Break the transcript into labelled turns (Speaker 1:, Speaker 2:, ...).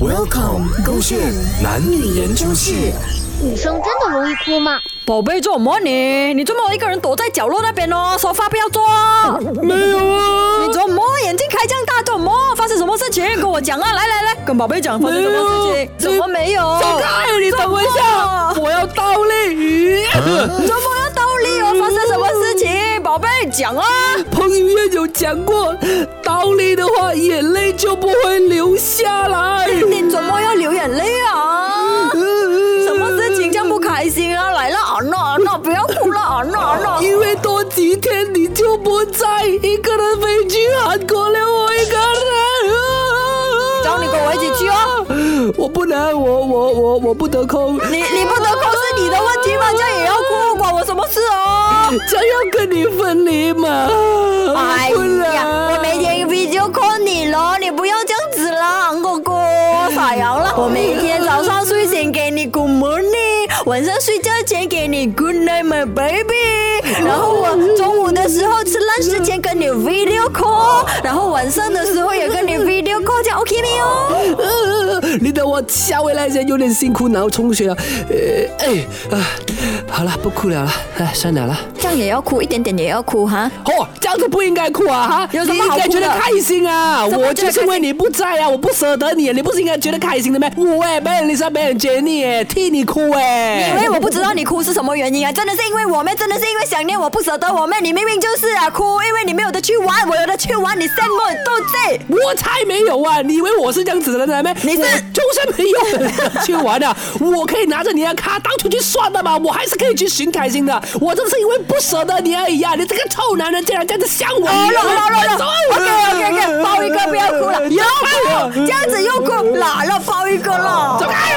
Speaker 1: Welcome，勾线男女研究室。
Speaker 2: 女生真的容易哭吗？
Speaker 3: 宝贝，做什么你？你这么一个人躲在角落那边哦，说话不要做。
Speaker 4: 没有啊，
Speaker 3: 你做什么？眼睛开这样大，做什么？发生什么事情？跟我讲啊！来来来，跟宝贝讲发生什么事情？
Speaker 4: 没有
Speaker 3: 怎么没有？
Speaker 4: 走开！哦哎你等我一下，我要倒立。
Speaker 3: 怎么要倒立哦？发生什么事情？宝贝，讲啊！
Speaker 4: 彭于晏有讲过，倒立的话眼泪就不会流下来。
Speaker 3: 你怎么要流眼泪啊？什么事情这样不开心啊？来了，啊那啊那，不要哭了，啊那啊那。
Speaker 4: 因为多几天你就不在，一个人飞去韩国留我一个人。
Speaker 3: 走，你跟我一起去哦。
Speaker 4: 我不能，我我我我不得空。
Speaker 3: 你你不得空是你的问题嘛，这样也要哭，管我什么事哦？
Speaker 4: 将要跟你分离嘛？
Speaker 3: 哎
Speaker 4: 不
Speaker 3: 呀，
Speaker 4: 然
Speaker 3: 我每天 video call 你咯，你不要这样子啦，昂哥哥，傻瑶啦，我每天早上睡前给你 good morning，晚上睡觉前给你 good night my baby，然后我中午的时候吃饭时间跟你 video call，然后晚上的时候也跟你 video call，这样 OK 没 有？
Speaker 4: 呃，你等我下回来先，有点辛苦，然后充血了。呃，哎啊，好了，不哭了啦，哎，算了啦。
Speaker 3: 这样也要哭，一点点也要哭哈。
Speaker 4: 哦，这样子不应该哭啊！哈，
Speaker 3: 有什么
Speaker 4: 你应
Speaker 3: 好哭的
Speaker 4: 该觉得开心啊！
Speaker 3: 怎么
Speaker 4: 我
Speaker 3: 觉得开心
Speaker 4: 就是因为你不在啊，我不舍得你，你不是应该觉得开心的吗？我哎，没人 Lisa，没人 Jenny 哎，替你哭哎。
Speaker 3: 因为我不知道你哭是什么原因啊，真的是因为我妹，真的是因为想念我不舍得我妹，你明明就是啊哭，因为你没有的去玩，我有的去玩，你羡慕妒忌。
Speaker 4: 我才没有啊！你以为我是这样子的人吗？
Speaker 3: 你是
Speaker 4: 我就是没有 去玩的、我可以拿着你的卡到处去刷的嘛，我还是可以去寻开心的。我真是因为不舍得你而已啊！你这个臭男人竟然这样子像我
Speaker 3: 哦
Speaker 4: 一
Speaker 3: 了
Speaker 4: 样！
Speaker 3: 了了
Speaker 4: 分手
Speaker 3: 了，OK
Speaker 4: 哎
Speaker 3: OK OK，包一个不要哭了，
Speaker 4: 要
Speaker 3: 又哭，这样子又哭，哪了包一个了
Speaker 4: 走。开！
Speaker 3: 啊